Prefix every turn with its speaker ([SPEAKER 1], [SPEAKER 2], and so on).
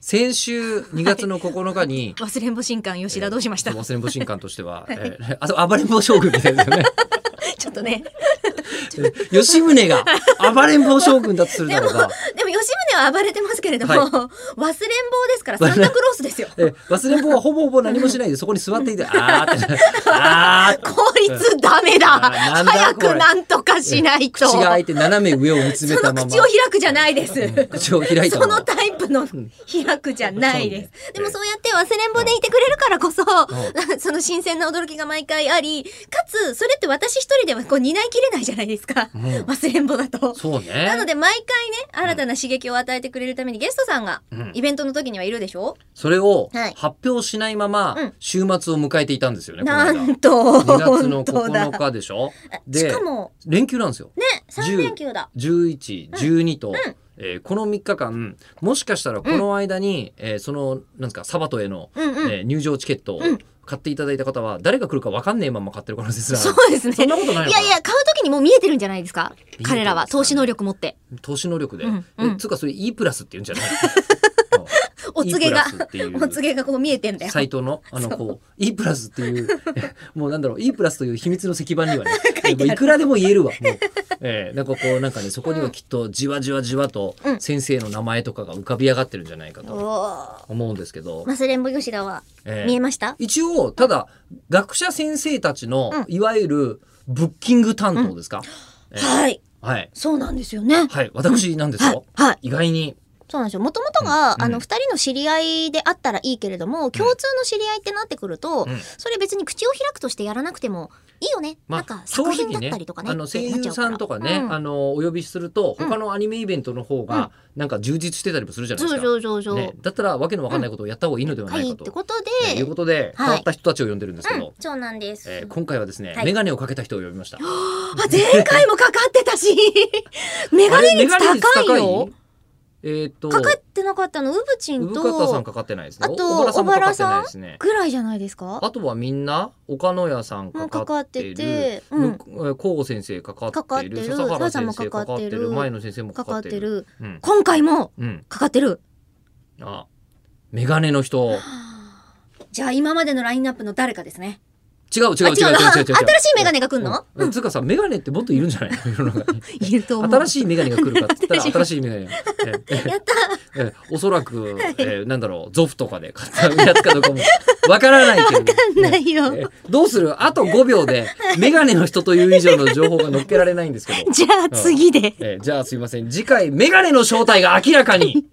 [SPEAKER 1] 先週2月の9日に、
[SPEAKER 2] 忘れんぼ新官吉田どうしました、
[SPEAKER 1] えー忘れんぼ神官としては、えーあと暴れん坊将軍みたいですよ ね
[SPEAKER 2] ちょっと ね
[SPEAKER 1] 吉宗が暴れん坊将軍だとするなら ば
[SPEAKER 2] でも吉宗は暴れてますけれども、
[SPEAKER 1] はい
[SPEAKER 2] 忘れん坊ですからサンタクロースですよ
[SPEAKER 1] えー忘れん坊はほぼほぼ何もしないでそこに座って いてあーってあーって
[SPEAKER 2] 効率ダメだ
[SPEAKER 1] あ なんだ
[SPEAKER 2] 早
[SPEAKER 1] こ
[SPEAKER 2] く
[SPEAKER 1] れ
[SPEAKER 2] なんとかしないと、
[SPEAKER 1] 口が開いて斜め上を見つめ
[SPEAKER 2] そ
[SPEAKER 1] た
[SPEAKER 2] の
[SPEAKER 1] まま
[SPEAKER 2] 口を開くじゃないです、
[SPEAKER 1] 口を開いた
[SPEAKER 2] そ
[SPEAKER 1] ま
[SPEAKER 2] の
[SPEAKER 1] ま
[SPEAKER 2] タイプの開くじゃないで
[SPEAKER 1] そ
[SPEAKER 2] す、
[SPEAKER 1] うね
[SPEAKER 2] でもそうやって忘れん坊でいてくれるからこそ、
[SPEAKER 1] う
[SPEAKER 2] その新鮮な驚きが毎回ありかつそれって私一人ではこう担いきれないじゃないですか、
[SPEAKER 1] うん
[SPEAKER 2] 忘れん坊だと。
[SPEAKER 1] そうね
[SPEAKER 2] なので毎回ね新たな刺激を与えてくれるためにゲストさんが
[SPEAKER 1] うん
[SPEAKER 2] イベントの時にはいるでしょ、
[SPEAKER 1] それを
[SPEAKER 2] はい
[SPEAKER 1] 発表しないまま
[SPEAKER 2] うん
[SPEAKER 1] 週末を迎えていたんですよね、この
[SPEAKER 2] な
[SPEAKER 1] 間
[SPEAKER 2] んと
[SPEAKER 1] 2月の
[SPEAKER 2] 本当だ
[SPEAKER 1] 9日でしょで
[SPEAKER 2] しかも
[SPEAKER 1] 連休なんですよ
[SPEAKER 2] ね3連休だ
[SPEAKER 1] 1112と、
[SPEAKER 2] ん
[SPEAKER 1] えーこの3日間もしかしたらこの間に、えーそのなんですかサバトへの、
[SPEAKER 2] うんうん、
[SPEAKER 1] えー入場チケットを
[SPEAKER 2] うん
[SPEAKER 1] 買っていただいた方は誰が来るかわかんねえまま買ってる可能性すらあ
[SPEAKER 2] そ
[SPEAKER 1] る
[SPEAKER 2] うですね
[SPEAKER 1] そんなことないの
[SPEAKER 2] い
[SPEAKER 1] か
[SPEAKER 2] や
[SPEAKER 1] ない
[SPEAKER 2] や買う時にもう見えてるんじゃないですか
[SPEAKER 1] えてるんですかね
[SPEAKER 2] 彼らは投資能力持って
[SPEAKER 1] 投資能力で、
[SPEAKER 2] うんうん
[SPEAKER 1] えつうかそれ E プラスって言うんじゃ ない
[SPEAKER 2] お告げ
[SPEAKER 1] E プラ
[SPEAKER 2] が
[SPEAKER 1] スっていう
[SPEAKER 2] お告げがこう見えてんだよ
[SPEAKER 1] サイト のあの
[SPEAKER 2] そう
[SPEAKER 1] こう E プラスって いうもうなんだろう E プラスという秘密の石板にはね
[SPEAKER 2] 書い
[SPEAKER 1] も
[SPEAKER 2] てある
[SPEAKER 1] ういくらでも言えるわもう、えーなんかこうなんかねそこにはきっとじわじわじわと
[SPEAKER 2] うん
[SPEAKER 1] 先生の名前とかが浮かび上がってるんじゃないか
[SPEAKER 2] お
[SPEAKER 1] と
[SPEAKER 2] お
[SPEAKER 1] 思うんですけど、
[SPEAKER 2] マスレンボ吉田は
[SPEAKER 1] えー
[SPEAKER 2] 見えました、
[SPEAKER 1] 一応ただ学者先生たちの
[SPEAKER 2] うん
[SPEAKER 1] いわゆるブッキング担当ですか、えー
[SPEAKER 2] はい
[SPEAKER 1] はい
[SPEAKER 2] そうなんですよねはい
[SPEAKER 1] はい私なんですよ、
[SPEAKER 2] はい
[SPEAKER 1] 意外に
[SPEAKER 2] そうなんですよもともとが、
[SPEAKER 1] うん
[SPEAKER 2] あ
[SPEAKER 1] う
[SPEAKER 2] の
[SPEAKER 1] ん
[SPEAKER 2] 二人の知り合いであったらいいけれども、共通の知り合いってなってくると、
[SPEAKER 1] うん
[SPEAKER 2] それ別に口を開くとしてやらなくてもいいよね、なんか
[SPEAKER 1] 正
[SPEAKER 2] 作
[SPEAKER 1] 直
[SPEAKER 2] 品だったりとかね
[SPEAKER 1] あの
[SPEAKER 2] って
[SPEAKER 1] 声
[SPEAKER 2] なっちゃ
[SPEAKER 1] 優
[SPEAKER 2] う
[SPEAKER 1] さんとかね、
[SPEAKER 2] うん
[SPEAKER 1] あのお呼びすると
[SPEAKER 2] うん
[SPEAKER 1] 他のアニメイベントの方がなんか充実してたりもするじゃないです
[SPEAKER 2] 上
[SPEAKER 1] か、
[SPEAKER 2] 々上々
[SPEAKER 1] ね、だったらわけのわかんないことをやった方がいいのでは
[SPEAKER 2] は
[SPEAKER 1] ない
[SPEAKER 2] い
[SPEAKER 1] か
[SPEAKER 2] っ
[SPEAKER 1] と、
[SPEAKER 2] てこと
[SPEAKER 1] ね
[SPEAKER 2] で、
[SPEAKER 1] いうことで
[SPEAKER 2] はい
[SPEAKER 1] 変わった人たちを呼んでるんですけど、
[SPEAKER 2] うん、そうなんです、
[SPEAKER 1] えー今回はですね、
[SPEAKER 2] はい
[SPEAKER 1] メガネをかけた人を呼びました
[SPEAKER 2] あ前回もかかって たしメガネ率高いよ
[SPEAKER 1] えーっと
[SPEAKER 2] かかってなかったのウブチン
[SPEAKER 1] 産方さんか
[SPEAKER 2] と
[SPEAKER 1] かってないですね
[SPEAKER 2] あと
[SPEAKER 1] 小原さんもかかってないですね
[SPEAKER 2] ぐらいじゃないですか
[SPEAKER 1] あとはみんな岡野屋さん
[SPEAKER 2] もう
[SPEAKER 1] か
[SPEAKER 2] か
[SPEAKER 1] か
[SPEAKER 2] か
[SPEAKER 1] っ
[SPEAKER 2] ってて
[SPEAKER 1] る
[SPEAKER 2] て、う
[SPEAKER 1] 向
[SPEAKER 2] ん、
[SPEAKER 1] こう先生かか
[SPEAKER 2] かか
[SPEAKER 1] っ
[SPEAKER 2] ってて
[SPEAKER 1] る
[SPEAKER 2] る
[SPEAKER 1] 笹原先生
[SPEAKER 2] 笹も
[SPEAKER 1] か
[SPEAKER 2] か
[SPEAKER 1] か
[SPEAKER 2] か
[SPEAKER 1] っ
[SPEAKER 2] ってて
[SPEAKER 1] る
[SPEAKER 2] る
[SPEAKER 1] 前の先生もか
[SPEAKER 2] かか
[SPEAKER 1] か
[SPEAKER 2] っ
[SPEAKER 1] って
[SPEAKER 2] て
[SPEAKER 1] る、
[SPEAKER 2] る
[SPEAKER 1] うん
[SPEAKER 2] 今回も
[SPEAKER 1] うん、
[SPEAKER 2] かかってる
[SPEAKER 1] あメガネの人違
[SPEAKER 2] じゃあ今までのラインナップの誰かですね
[SPEAKER 1] う違う違う違う違う違う
[SPEAKER 2] あ違うな
[SPEAKER 1] 違う
[SPEAKER 2] 新しいメガネが来んの
[SPEAKER 1] うんつうかさメガネってもっといるん じゃないの世の中に
[SPEAKER 2] いると思う
[SPEAKER 1] 新しいメガネが来るかって言ったら新
[SPEAKER 2] 新
[SPEAKER 1] しいメガネがえ
[SPEAKER 2] やった
[SPEAKER 1] ええおそらく、えなんだろうゾフとかで買ったやつかどうかもわからないけどわ
[SPEAKER 2] ーないよ、
[SPEAKER 1] どうするあと5秒でメガネの人という以上の情報が 載っけられないんですけど
[SPEAKER 2] じゃあ次で
[SPEAKER 1] えーじゃあすいません次回メガネの正体が明らかに